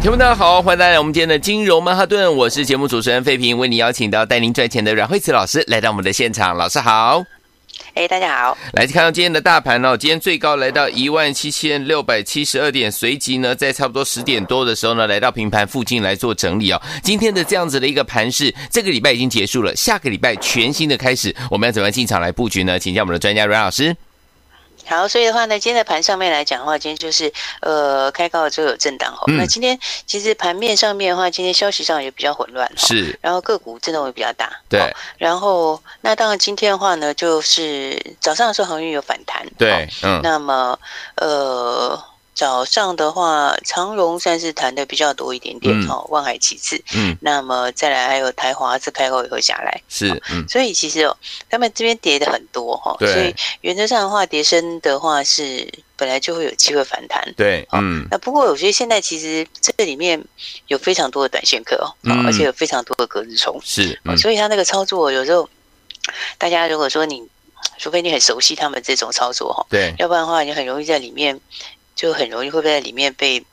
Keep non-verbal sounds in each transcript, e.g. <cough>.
听众大家好，欢迎大家来我们今天的金融曼哈顿，我是节目主持人费平，为您邀请到带您赚钱的阮慧慈老师来到我们的现场，老师好。哎，大家好。来看到今天的大盘哦，今天最高来到一万七千六百七十二点，随即呢，在差不多十点多的时候呢，来到平盘附近来做整理哦。今天的这样子的一个盘势，这个礼拜已经结束了，下个礼拜全新的开始，我们要怎么样进场来布局呢？请教我们的专家阮老师。好，所以的话呢，今天的盘上面来讲的话，今天就是呃开高之后有震荡哦。嗯那今天其实盘面上面的话，今天消息上也比较混乱、哦，是，然后个股震动也比较大，对哦然后那当然今天的话呢，就是早上的时候航运有反弹，哦对，嗯，那么呃早上的话，长荣算是谈的比较多一点点、嗯哦，万海其次，嗯，那么再来还有台华是开高以后下来，是，嗯，所以其实哦，他们这边跌的很多哈、哦，对所以原则上的话，跌升的话是本来就会有机会反弹。对，嗯，那不过我觉得现在其实这里面有非常多的短线客哦，嗯哦而且有非常多的隔日冲，是，哦嗯，所以他那个操作有时候，大家如果说你，除非你很熟悉他们这种操作哈、哦，对，要不然的话你很容易在里面，就很容易会不会在里面被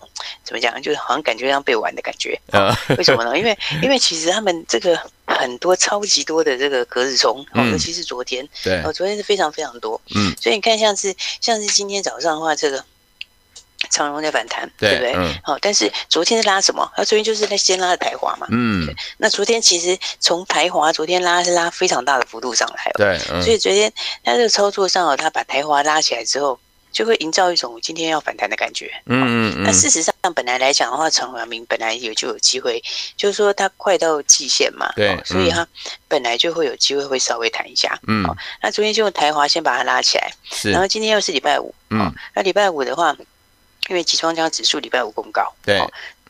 怎么讲，就是好像感觉像被玩的感觉。呃，为什么呢？<laughs> 因为因为其实他们这个很多超级多的这个隔日冲，哦嗯尤其是昨天， <laughs> 对呃哦，，昨天是非常非常多，嗯，所以你看像是像是今天早上的话，这个长荣在反弹，对对不对？嗯好、但是昨天是拉什么？它啊昨天就是在先拉的台华嘛。嗯，那昨天其实从台华昨天拉是拉非常大的幅度上来哦，对，嗯所，以昨天它这个操作上哦，它把台华拉起来之后，就会营造一种今天要反弹的感觉。嗯嗯那嗯，事实上，本来来讲的话，陈华明本来也就有机会，就是说他快到季线嘛，对哦所以嗯他本来就会有机会会稍微弹一下。嗯，那昨天就用台华先把它拉起来，是哦然，后今天又是礼拜五，哦嗯，那礼拜五的话，因为集装箱指数礼拜五公告，对，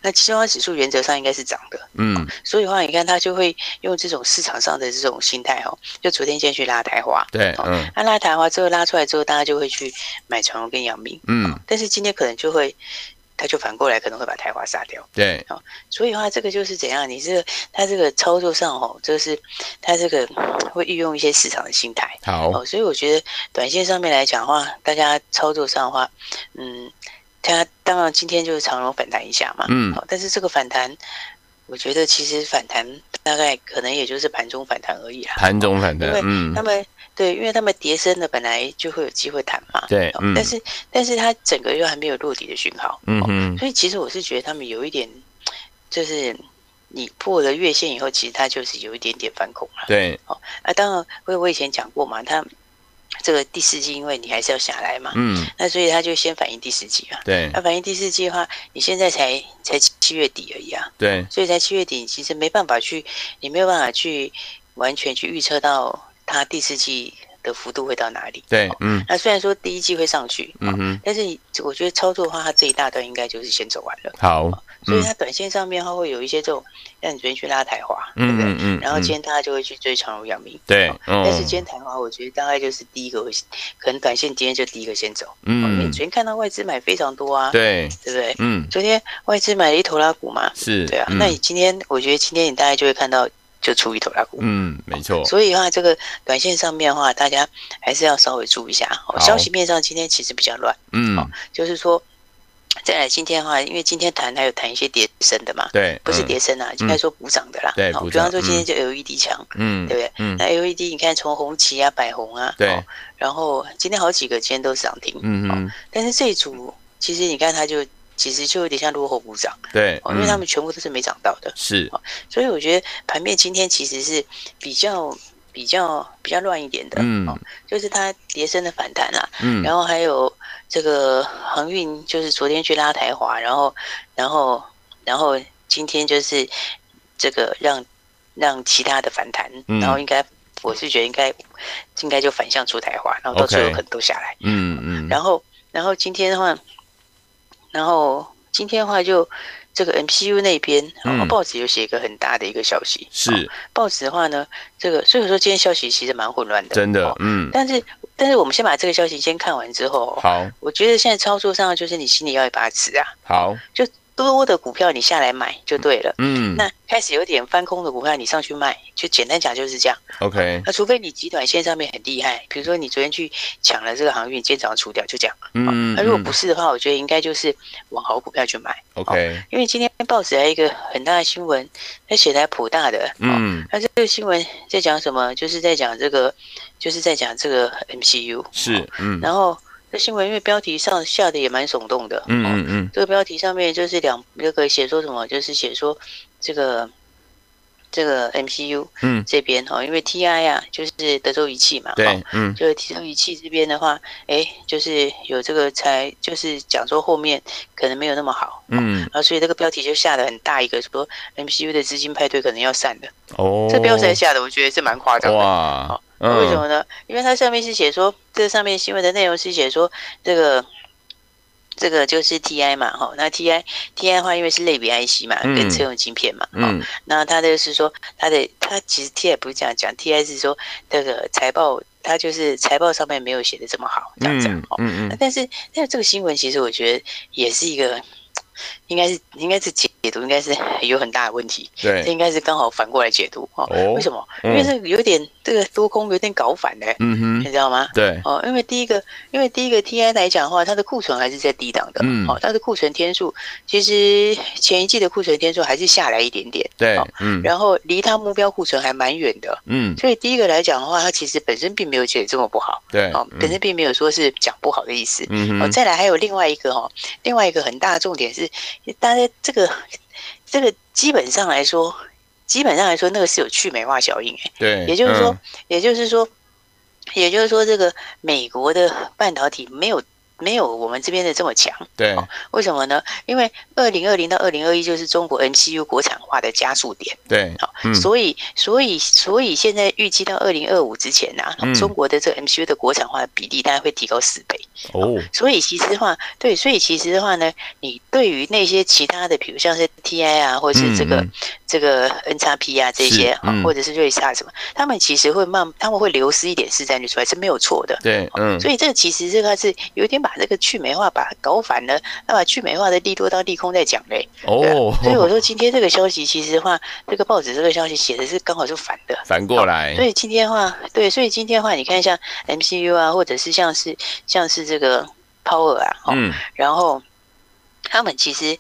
那集装箱指数原则上应该是涨的，嗯，所以的话，你看他就会用这种市场上的这种心态哦，就昨天先去拉台华，对，哦嗯那拉台华之后拉出来之后，大家就会去买长荣跟阳明，嗯，但是今天可能就会，他就反过来可能会把台华杀掉。对，所以的话，这个就是怎样？你这个他这个操作上哦，就是他这个 <sniffs> 嗯会运用一些市场的心态好，哦，所以我觉得短线上面来讲的话，大家操作上的话，嗯，它当然今天就是长龙反弹一下嘛，嗯哦，但是这个反弹，我觉得其实反弹大概可能也就是盘中反弹而已啦。盘中反弹，嗯他，们对，因为他们跌升的本来就会有机会弹嘛，对哦嗯但是但是它整个又还没有落底的讯号，嗯哦哼，所以其实我是觉得他们有一点，就是你破了月线以后，其实它就是有一点点反恐了。对，啊，当然，我我以前讲过嘛，它这个第四季，因为你还是要下来嘛，嗯，那所以它就先反映第四季啊。对那、，反映第四季的话，你现在才才七月底而已啊，对，所以才七月底，你其实没办法去，你没有办法去完全去预测到它第四季的幅度会到哪里。对，嗯，那虽然说第一季会上去，啊嗯哼，但是你我觉得操作的话，它这一大段应该就是先走完了。好，所以嗯它短线上面它会有一些这种，让你昨天去拉台华，对嗯不对？嗯嗯，然后今天大家就会去追长荣、阳明，对哦，嗯但是今天台华，我觉得大概就是第一个会，可能短线今天就第一个先走，哦因为嗯昨，天看到外资买非常多啊，对，对不对？嗯，昨天外资买了一头拉股嘛，是，嗯对啊，那你今天我觉得今天你大概就会看到就出一头拉股。嗯，没错，所以的话，这个短线上面的话，大家还是要稍微注意一下。好哦、消息面上今天其实比较乱，嗯，就是说，再来今天的话，因为今天谈还有谈一些跌升的嘛，对，嗯不是跌，升啊，应该说补涨的啦。对哦补比方涨说今嗯天就 LED 强，嗯，对不对？嗯，那 LED 你看从红旗啊、百红啊，对哦，然后今天好几个今天都是涨停，嗯哼，但是这一组其实你看它就其实就有点像落后补涨，对，嗯哦，因为他们全哦部都是没涨到的，是，所以我觉得盘面今天其实是比较。比较比较乱一点的，嗯哦，就是它跌升的反弹啊啦、嗯，然后还有这个航运，就是昨天去拉台华，然后，然后，然后今天就是这个让让其他的反弹，嗯然后应该我是觉得应该应该就反向出台华，然后到 OK 最后可能都下来。嗯嗯，然后，然后今天的话，然后今天的话就这个 MCU 那边，嗯哦，报纸有写一个很大的一个消息。哦是报纸的话呢，这个所以说今天消息其实蛮混乱的，真的哦。嗯，但是但是我们先把这个消息先看完之后，好我觉得现在操作上就是你心里要有一把尺啊，好，多的股票你下来买就对了。嗯那开始有点翻空的股票，你上去卖，就简单讲就是这样。 ，OK，那除非你极短线上面很厉害，比如说你昨天去抢了这个航运，今天早上出掉，就这样。嗯，那如果不是是的话，我觉得应该就是往好股票去买， OK，因为今天报纸还有一个很大的新闻，它写的还颇大的。哦，嗯，那这个新闻在讲什么？就是在讲这个，就是在讲这个 MCU。是，嗯，然后这新闻因为标题上下的也蛮耸动的。嗯哦嗯嗯，这个标题上面就是两那个写说什么，就是写说这个这个 MCU 嗯这边哦，因为 TI 啊就是德州仪器嘛，对哦，嗯就是德州仪器这边的话，哎，就是有这个才就是讲说后面可能没有那么好，嗯，然后所以这个标题就下的很大一个说 MCU 的资金派对可能要散的，哦，这标题下的我觉得是蛮夸张的。哇，嗯为什么呢？因为它上面是写说，这上面新闻的内容是写说这个。这个就是 TI 嘛，哈，那 TI TI 的话，因为是类比 IC 嘛，嗯跟车用晶片嘛，齁，嗯那它的是说，它的它其实 TI 不是这样讲，TI 是说这个财报，它就是财报上面没有写的这么好，这样讲，嗯齁嗯那嗯，但是那这个新闻其实我觉得也是一个，应该是应该是解读，应该是有很大的问题，这对，应该是刚好反过来解读，哦，哦为什么？因嗯为这个有点这个多空有点搞反嘞、嗯你哼，知道吗？对，哦，因为第一个，因为第一个 TI 来讲的话，它的库存还是在低档的，嗯哦，它的库存天数其实前一季的库存天数还是下来一点点，对哦，嗯然后离它目标库存还蛮远的，嗯，所以第一个来讲的话，它其实本身并没有写得这么不好，对，哦，本身并没有说是讲不好的意思，嗯哦，哼，再来还有另外一个哦，另外一个很大的重点是，大家这个这个基本上来说，基本上来说那个是有去美化效应，哎，对，嗯也就是说，，也就是说，也就是说，这个美国的半导体没有没有我们这边的这么强，对，为什么呢？因为二零二零到二零二一就是中国 MCU 国产化的加速点，对，好、嗯所以所以所以现在预计到二零二五之前呐、嗯中国的这个 MCU 的国产化的比例大概会提高四倍，哦，所以其实的话，对，所以其实的话呢，你对于那些其他的，比如像是 TI 啊，或者是这个、嗯嗯这个 N x P 啊这些是，嗯啊或者是瑞萨什么，他们其实会慢，他们会流失一点市占率出来是没有错的。对，嗯，所以这个其实这个是有点把这个去美化把它搞反了，那把去美化的利多当利空在讲嘞。对啊哦，所以我说今天这个消息其实的话，这个报纸这个消息写的是刚好是反的。 <laughs> 反过来，所以今天的话，对，所以今天的话，你看像 MCU 啊，或者是像是像是这个 Power 啊，哦，嗯，然后他们其实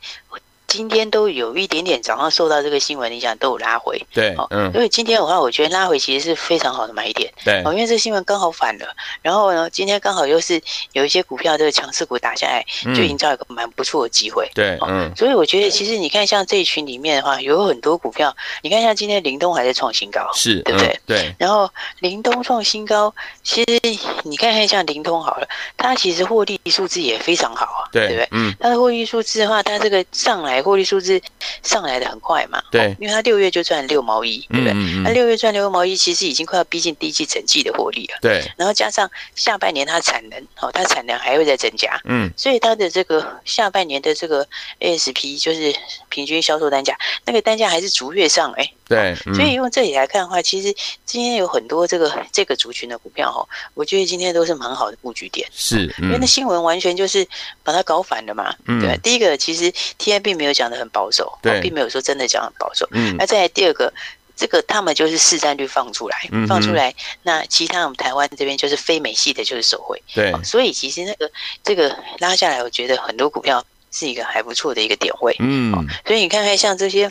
今天都有一点点早上受到这个新闻影响，都有拉回。对，嗯，因为今天的话，我觉得拉回其实是非常好的买点对哦，，因为这个新闻刚好反了，然后呢，今天刚好又是有一些股票这个强势股打下来，就营嗯，造一个蛮不错的机会。对，嗯，所以我觉得，其实你看，像这一群里面的话，有很多股票，你看像今天灵东还在创新高，是，嗯对不对？对，然后灵东创新高，其实你看看像灵通好了，它其实获利数字也非常好啊，对不对对？，嗯，它的获利数字的话，它这个上来获利数字上来的很快嘛，对哦因为它六月就赚六毛一，对不对？嗯那嗯，六月赚六毛一，其实已经快要逼近第一季整季的获利了。对，然后加上下半年它产能，哦，它产能还会再增加，嗯，所以它的这个下半年的这个 ASP 就是平均销售单价，那个单价还是逐月上，哎，对，所以用这里来看的话，其实今天有很多这个这个族群的股票哈、哦，我觉得今天都是蛮好的布局点。是，因为嗯那，新闻完全就是把它搞反了嘛。嗯对吧，第一个其实 T I 并没有讲的很保守，对哦并没有说真的讲得很保守。嗯那，再来第二个，这个他们就是市占率放出来，嗯哼放出来，那其他我们台湾这边就是非美系的，就是手绘。对哦，所以其实那个这个拉下来，我觉得很多股票是一个还不错的一个点位。嗯，所以你看看像这些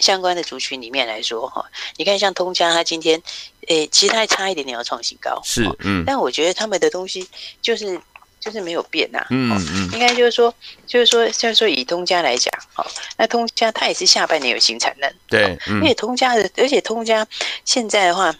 相关的族群里面来说，哈，你看像通家，它今天，诶，其实它还差一点点要创新高，是哦，嗯，但我觉得他们的东西就是就是没有变呐、嗯哦嗯，应该就是说，就是说，就是说，以通家来讲，哦，那通家它也是下半年有新产能，对，而嗯且，通家的，而且通家现在的话，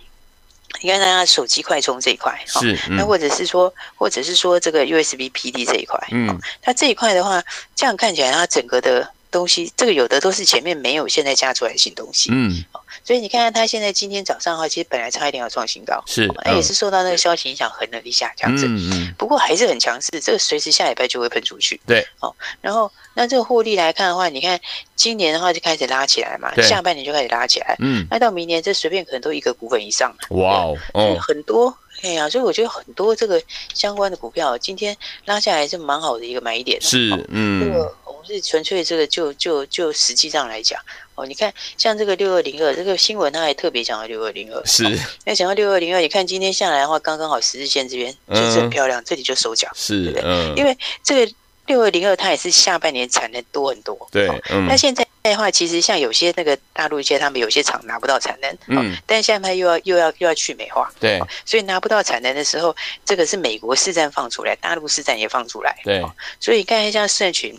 你看它手机快充这一块，哦，是，那嗯，或者是说，或者是说这个 USB PD 这一块，嗯，它这一块的话，这样看起来它整个的东西，这个有的都是前面没有，现在加出来的新东西。嗯，所以你看看它现在今天早上的话，其实本来差一点要创新高，是那、也是受到那个消息影响横了一下哦哎这样子。嗯嗯，不过还是很强势，这个随时下礼拜就会喷出去。对，哦，然后那这个获利来看的话，你看今年的话就开始拉起来嘛，对下半年就开始拉起来，嗯，那到明年这随便可能都一个股本以上，哇哦，嗯，哦，很多。哎呀，所以我觉得很多这个相关的股票今天拉下来是蛮好的一个买点。哦是，这嗯，个我们是纯粹这个就就就实际上来讲哦，你看像这个六二零二这个新闻，他还特别讲到六二零二，哦是那讲到六二零二，你看今天下来的话，刚刚好十日线这边就是很漂亮，这里就收脚。是哦对，嗯，因为这个六二零二它也是下半年产能多很多，对哦，嗯那、，现在的话，其实像有些那个大陆一些他们有些厂拿不到产能，哦嗯，但现在它又要又要又要去美化，对所以拿不到产能的时候，这个是美国市占放出来，大陆市占也放出来，对，所以刚才像盛群。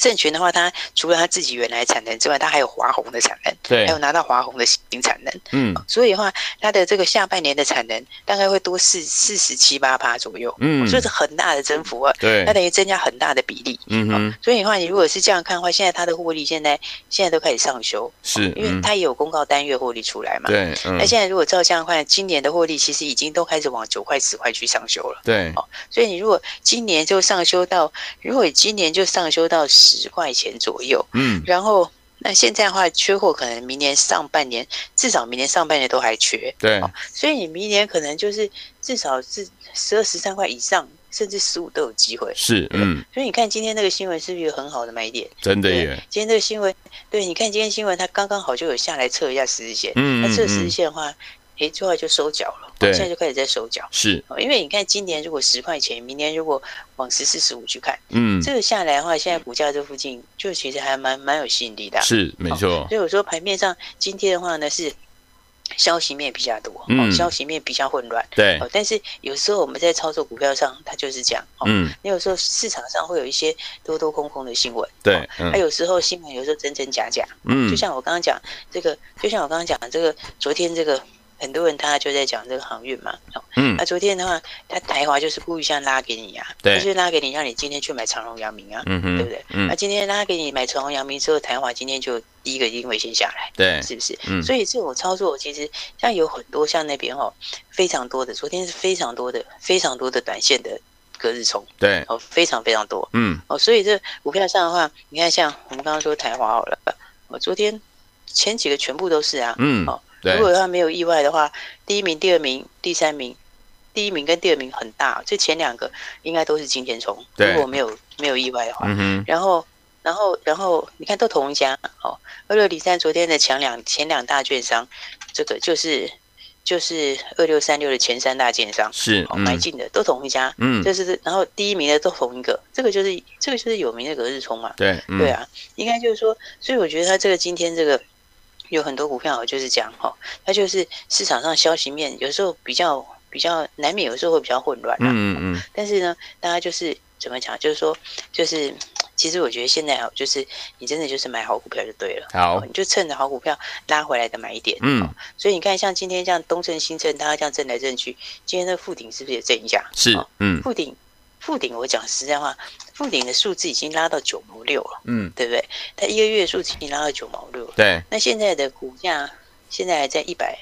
盛群的话，它除了它自己原来产能之外，它还有华虹的产能，对还有，拿到华虹的新产能。嗯所以的话，它的这个下半年的产能大概会多四四十七八趴左右，嗯，所以是很大哦的增幅啊，对那，等于哦增加很大的比例。嗯哼，所以的话，你如果是这样看的话，现在它的获利现在现在都开始上修，是，因为嗯，它也有公告单月获利出来嘛。。对，嗯那，现在如果照这样看，今年的获利其实已经都开始往九块十块去上修了。对，所以你如果今年就上修到，如果今年就上修到十块钱左右，嗯，然后那现在的话，缺货可能明年上半年至少明年上半年都还缺。对，所以你明年可能就是至少是十二、十三块以上，甚至十五都有机会。是，嗯，所以你看今天那个新闻是不是有很好的买点？真的对耶，今天这个新闻，对，你看今天新闻它刚刚好就有下来测一下十日线，嗯那嗯测十嗯日线的话，诶，最后就收脚了，对现在就开始在收脚。是，哦因为你看今年如果十块钱，明年如果往十四、十五去看，嗯，这个下来的话，现在股价这附近就其实还蛮蛮有吸引力的啊、是，没错，所以我说盘面上今天的话呢是消息面比较多，嗯哦，消息面比较混乱。对，哦，但是有时候我们在操作股票上，它就是这样。哦，嗯，你有时候市场上会有一些多多空空的新闻，哦对，还嗯，有时候新闻有时候真真假假。嗯就像我刚刚讲这个，就像我刚刚讲这个，昨天这个很多人他就在讲这个航运嘛。哦，嗯那、，昨天的话，他台华就是故意像拉给你啊，对就是拉给你，让你今天去买长隆、阳明啊，嗯哼，对不对？那、嗯，今天拉给你买长隆、阳明之后，台华今天就第一个一定会先下来。对，是不是？嗯所以这种操作其实像有很多像那边哦，非常多的，昨天是非常多的、非常多的短线的隔日冲对，哦，非常非常多嗯，哦。所以这股票上的话，你看像我们刚刚说台华好了，我、哦、昨天前几个全部都是啊。嗯，对如，果它没有意外的话，第一名、第二名、第三名。第一名跟第二名很大，这前两个应该都是金钱冲。对如果没有没有意外的话，嗯哼，然后，然后，然后你看都同一家哦，二六零三昨天的前两前两大券商，这个就是就是二六三六的前三大券商，是，哦，嗯，买进的都同一家，嗯，这是然后第一名的都同一个，这个就是这个就是有名的隔日冲嘛，对，嗯对，啊，应该就是说，所以我觉得它这个今天这个。有很多股票就是这样哈，它就是市场上消息面有时候比较比较难免，有时候会比较混乱、啊。嗯嗯嗯，但是呢，大家就是怎么讲，就是说，就是其实我觉得现在啊，就是你真的就是买好股票就对了。好哦，你就趁着好股票拉回来的买一点，哦嗯，所以你看，像今天这样东证、新证，大家这样震来震去，今天的附顶是不是也震一下？是哦，嗯附顶，附顶，我讲实在话，附顶的数字已经拉到九毛六了，嗯，对不对？它一个月的数字已经拉到九毛六了，对，那现在的股价现在还在一百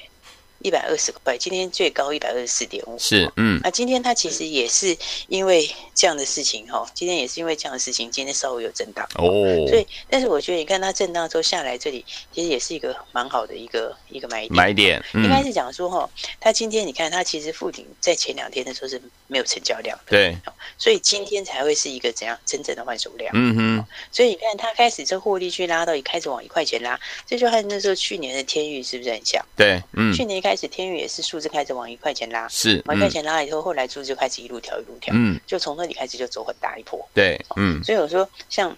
一百二十块，今天最高一百二十四点五，是，嗯，啊，今天它其实也是因为这样的事情哈、今天也是因为这样的事情，今天稍微有震荡。哦，所以，但是我觉得你看它震荡之后下来这里，其实也是一个蛮好的一个一个买点。买点，应该嗯，是讲说哈、它今天你看它其实附顶在前两天的时候是没有成交量的，对，所以今天才会是一个怎样真正的换手量。嗯哼，所以你看它开始这获利去拉到，开始往一块钱拉，这就和那时候去年的天域是不是很像？对，嗯，去年一开始天域也是数字开始往一块钱拉，是，往一块嗯钱拉以后，后来数字就开始一路调一路调。嗯，就从那里开始就走很大一波。对，嗯，所以我说像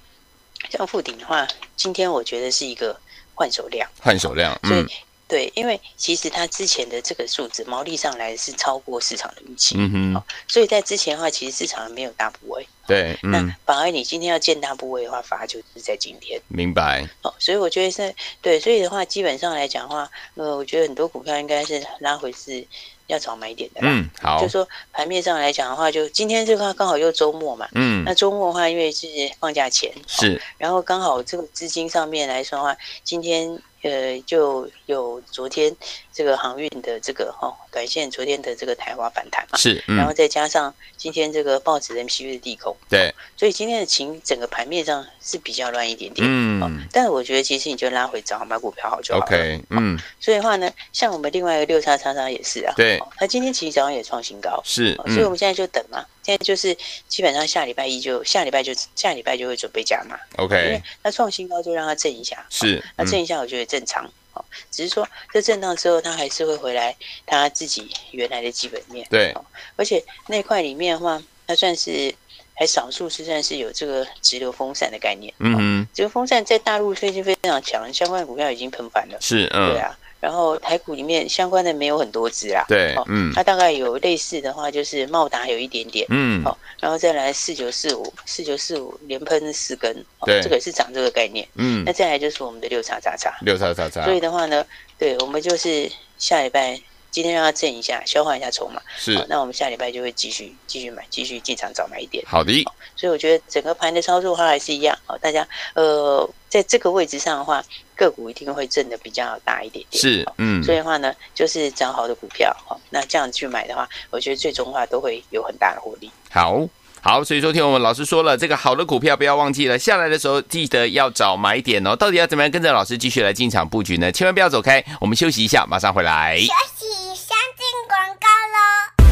像富鼎的话，今天我觉得是一个换手量，换手量，所以、嗯对，因为其实它之前的这个数值毛利上来是超过市场的预期，嗯哼，所以在之前的话，其实市场没有大部位，对，嗯那，反而你今天要建大部位的话，反而就是在今天明白，哦。所以我觉得是对，所以的话，基本上来讲的话，呃，我觉得很多股票应该是拉回是要找买点的啦。嗯，好就，说盘面上来讲的话，就今天这个刚好又周末嘛，嗯那，周末的话，因为是放假前，是，然后刚好这个资金上面来说的话，今天呃就有昨天这个航运的这个哈、哦、短线昨天的这个台华反弹嘛，是，然后嗯，再加上今天这个报纸 MCU 的利空，对，所以今天的情整个盘面上是比较乱一点点。哦嗯但我觉得其实你就拉回早买股票好就好了。哦，OK，嗯，所以的话呢，像我们另外一个六叉叉叉也是啊，对哦，它今天其实早上也创新高，是，哦所以我嗯们现在就等嘛，现在就是基本上下礼拜一就下礼拜就下礼拜就会准备加码，因为，OK，它创新高就让它震一下，哦，是，那嗯震一下我觉得正常，哦，只是说这震荡之后它还是会回来它自己原来的基本面，对，而且那块里面的话，它算是还少数是算是有这个直流风扇的概念，嗯哦哼，直流风扇在大陆最近非常强，相关的股票已经喷翻了，是，对嗯，啊，然后台股里面相关的没有很多只啊，对哦，嗯它大概有类似的话，就是茂达有一点点，嗯，哦，然后再来四九四五、四九四五连喷四根，哦对这个也是涨这个概念。嗯那，再来就是我们的六叉叉叉，六叉叉叉所，以的话啊呢，对我们就是下礼拜今天让它震一下，消化一下筹码，好是，那我们下礼拜就会继续继续买，继续进场早买一点。好的，所以我觉得整个盘的操作它还是一样，哦，大家呃在这个位置上的话，个股一定会震的比较大一点点。是，嗯，哦所以的话呢，就是找好的股票，哦，那这样去买的话，我觉得最终的话都会有很大的获利。好。好，所以昨天我们老师说了，这个好的股票不要忘记了，下来的时候记得要找买点哦。到底要怎么样跟着老师继续来进场布局呢？千万不要走开，我们休息一下，马上回来。休息，先进广告喽。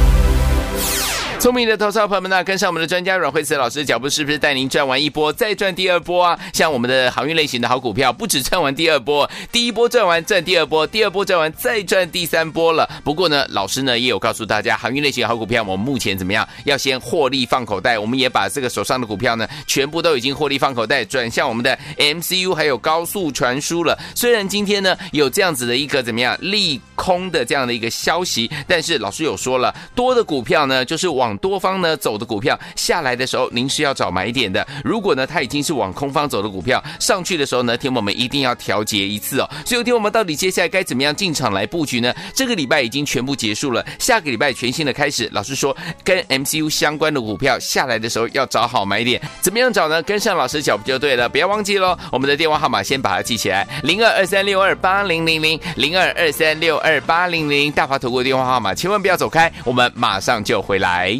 聪明的投资者朋友们呢，跟上我们的专家阮慧慈老师的脚步，是不是带您赚完一波再赚第二波啊？像我们的航运类型的好股票，不止赚完第二波，第一波赚完赚第二波，第二波赚完再赚第三波了。不过呢，老师呢也有告诉大家，航运类型的好股票，我们目前怎么样？要先获利放口袋，我们也把这个手上的股票呢，全部都已经获利放口袋，转向我们的 MCU 还有高速传输了。虽然今天呢有这样子的一个怎么样利空的这样的一个消息，但是老师有说了，多的股票呢就是往多方呢走的股票，下来的时候您是要找买点的。如果呢它已经是往空方走的股票，上去的时候呢，天我们一定要调节一次哦。所以，天我们到底接下来该怎么样进场来布局呢？这个礼拜已经全部结束了，下个礼拜全新的开始。老师说，跟 MCU 相关的股票下来的时候要找好买点，怎么样找呢？跟上老师的脚步就对了，不要忘记喽。我们的电话号码先把它记起来：零二二三六二八零零零零二二三六二八零零。大华投顾的电话号码，千万不要走开，我们马上就回来。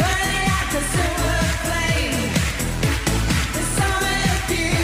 Burning like a silver flame. The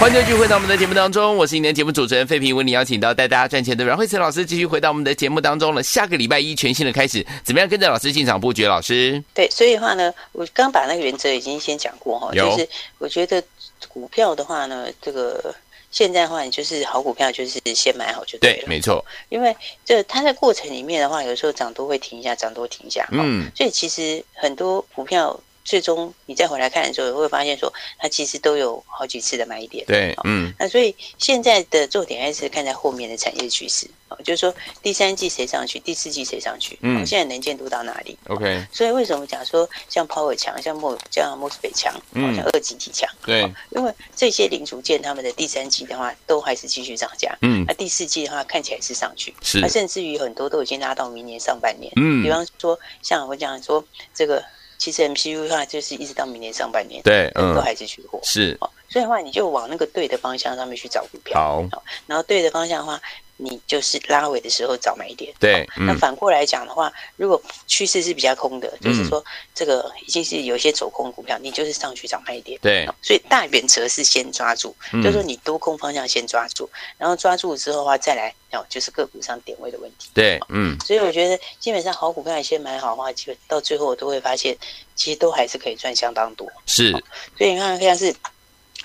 欢迎继续回到我们的节目当中，我是今天节目主持人费平，为你邀请到带大家赚钱的阮慧慈老师，继续回到我们的节目当中了。下个礼拜一全新的开始，怎么样跟着老师进场布局？老师，对，所以的话呢，我刚把那个原则已经先讲过哈，有就是我觉得股票的话呢，这个现在的话，你就是好股票就是先买好就对对，了，没错，因为这它在过程里面的话，有时候涨多会停一下，涨多停一下，哦哈嗯，所以其实很多股票最终你再回来看的时候，会发现说它其实都有好几次的买点，对，嗯，那所以现在的重点还是看在后面的产业趋势哦，就是说第三季谁上去，第四季谁上去，哦嗯我现在能见度到哪里？ ，OK，所以为什么讲说像 Power 强，像莫像 m o s 北强，嗯哦像二级体强？对哦，因为这些零组件他们的第三季的话，都还是继续涨价。嗯那、，第四季的话，看起来是上去，是那甚至于很多都已经拉到明年上半年。嗯比方说像我讲说这个，其实 MCU 的话，就是一直到明年上半年，对，都嗯，还是缺货。是，哦，所以的话，你就往那个对的方向上面去找股票。好，然后对的方向的话，你就是拉尾的时候找买点。对，那嗯，反过来讲的话，如果趋势是比较空的，就是嗯说这个已经是有一些走空的股票，你就是上去找卖点。对，所以大原则是先抓住，嗯就是说你多空方向先抓住，然后抓住之后的话再来，哦，就是个股上点位的问题。对，嗯，所以我觉得基本上好股票你先买好的话，基本到最后我都会发现，其实都还是可以赚相当多。是，所以你看像是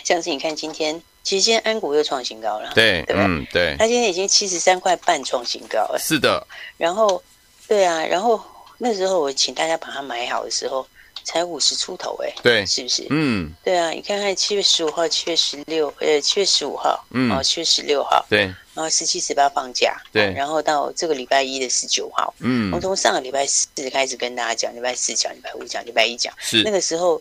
像是你看今天，其实今天安股又创新高了，，对，对吧嗯，对，它今天已经七十三块半创新高了。是的，然后，对啊，然后那时候我请大家把它买好的时候，才五十出头哎、对，是不是？嗯，对啊，你看看七月十五号、七月十六，呃，七月十五号，嗯然后七月十六号，对，然后十七、十八放假，对哦然后到这个礼拜一的十九号，嗯我，从上个礼拜四开始跟大家讲，礼拜四讲，礼拜五讲，礼拜一讲，是那，个时候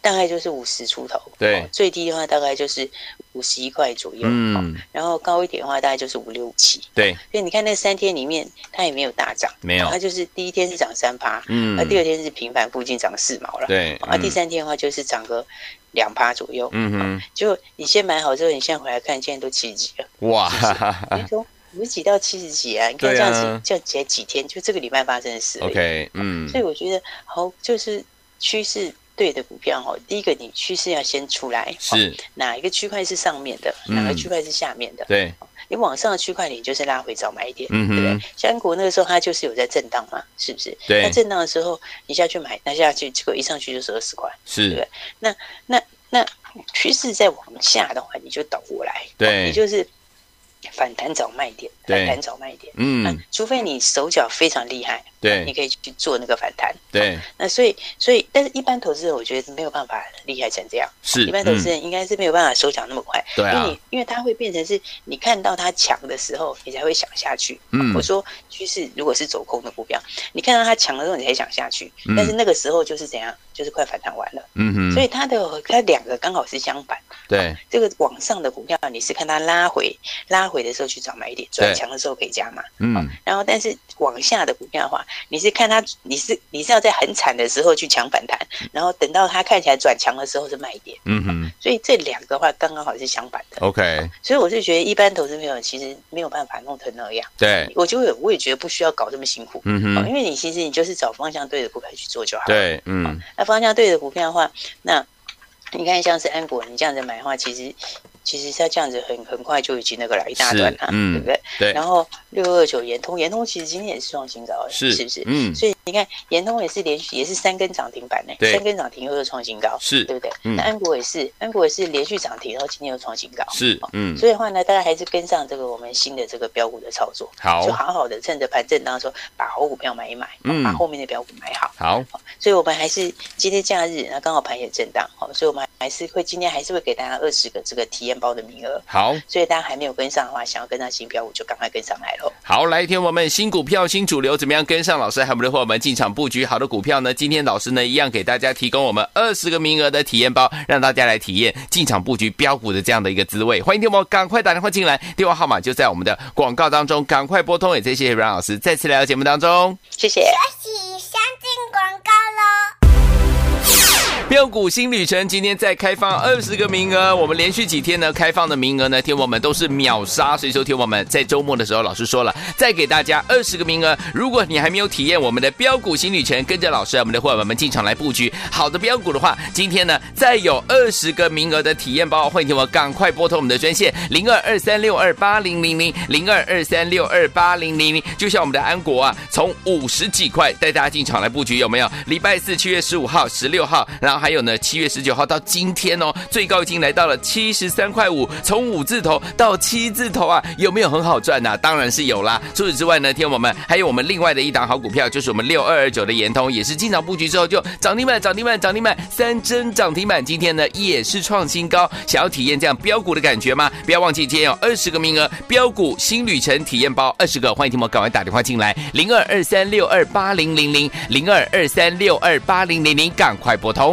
大概就是五十出头，对哦最低的话大概就是五十一块左右，哦嗯，然后高一点的话大概就是五六七，对，所以你看那三天里面它也没有大涨。没有它，就是第一天是涨三趴，嗯那、，第二天是平盘附近涨四毛了，对，啊，第嗯，三天的话就是涨个两趴左右。嗯就你先买好之后，你现在回来看，现在都七十几了，哼，哇，哈哈哈你从五十几到七十几啊！你看啊对这啊样子，这样才几天，就这个礼拜发生的事而已。 <laughs> ，OK，嗯所，以我觉得好，就是趋势对的股票哦，第一个你趋势要先出来，哦、是，哪一个区块是上面的，哪个嗯区块是下面的，对，你往上的区块，你就是拉回找买点，嗯哼对不对？像安国那个时候，它就是有在震荡嘛，是不是？对那震荡的时候，你下去买，那下去结果一上去就是二十块。是对，那那趋势再往下的话，你就倒过来，对哦你就是反弹找卖点，对反弹找卖点。那嗯，除非你手脚非常厉害，你对，可以去做那个反弹。对，那所以，所以，但是一般投资人我觉得没有办法厉害成这样，是，一般投资嗯人应该是没有办法手脚那么快。对因为啊你，因为它会变成是你看到它强的时候，你才会想下去。嗯我说趋势如果是走空的股票，你看到它强的时候，你才想下去。嗯但是那个时候就是怎样，就是快反弹完了。嗯哼，所以哦它的它两个刚好是相反。对，这个往上的股票，你是看它拉回，拉回的时候去找买点，转强的时候可以加码。嗯，然后，但是往下的股票的话，你是看它，你是你是要在很惨的时候去抢反弹，然后等到它看起来转强的时候是卖点。嗯哼所以这两个话刚刚好是相反的。 ，OK，所以我是觉得一般投资朋友其实没有办法弄成那样，对，我就会我也觉得不需要搞这么辛苦，哎嗯哦哼，因为你其实你就是找方向对的股票去做就好。，对，嗯，那方向对的股票的话，那你看像是安国，你这样子买的话，其实其实它这样子很很快就已经那个了一大段了、是嗯对不对？对，然后六二九延通，延通其实今天也是创新高了，是，是不是？嗯，所以你看，延通也是连续也是三根涨停板呢、对三根涨停又是创新高，是对不对？嗯那安国也是，安国也是连续涨停，然后今天又创新高，哦是，嗯，所以的话呢，大家还是跟上这个我们新的这个标股的操作，好就，好好的趁着盘震当中把好股票买一买，哦嗯把后面的标股买好。好，所以我哦们还是今天假日，那刚好盘也震荡，好，所以我们还是会今天还是会给大家二十个这个体验包的名额。好，所以大家还没有跟上的话，想要跟上新标股就赶快跟上来喽。好，来，天我们新股票、新主流怎么样跟上老师，还有我们的伙伴们进场布局好的股票呢？今天老师呢一样给大家提供我们二十个名额的体验包，让大家来体验进场布局标股的这样的一个滋味。欢迎天我赶快打电话进来，电话号码就在我们的广告当中，赶快拨通。也谢谢阮老师再次来到节目当中。谢谢。学习相进广告喽。标股新旅程今天再开放二十个名额，我们连续几天呢开放的名额呢，天王们都是秒杀，所以说天王们在周末的时候，老师说了，再给大家二十个名额。如果你还没有体验我们的标股新旅程，跟着老师我们的伙伴们进场来布局好的标股的话，今天呢再有二十个名额的体验包，欢迎天王赶快拨通我们的专线零二二三六二八零零零零二二三六二八零零零，就像我们的安国啊，从五十几块带大家进场来布局，有没有？礼拜四七月十五号、十六号，然后还有呢七月十九号到今天哦，最高已经来到了七十三块五，从五字头到七字头啊，有没有很好赚呐、啊当然是有啦。除此之外呢，天我们还有我们另外的一档好股票，就是我们六二二九的延通，也是进场布局之后就涨停板、涨停板、涨停板，三针涨停板，今天呢也是创新高。想要体验这样标股的感觉吗？不要忘记今天有二十个名额，标股新旅程体验包二十个，欢迎听我赶快打电话进来，零二二三六二八零零零零二二三六二八零零零，赶快拨通。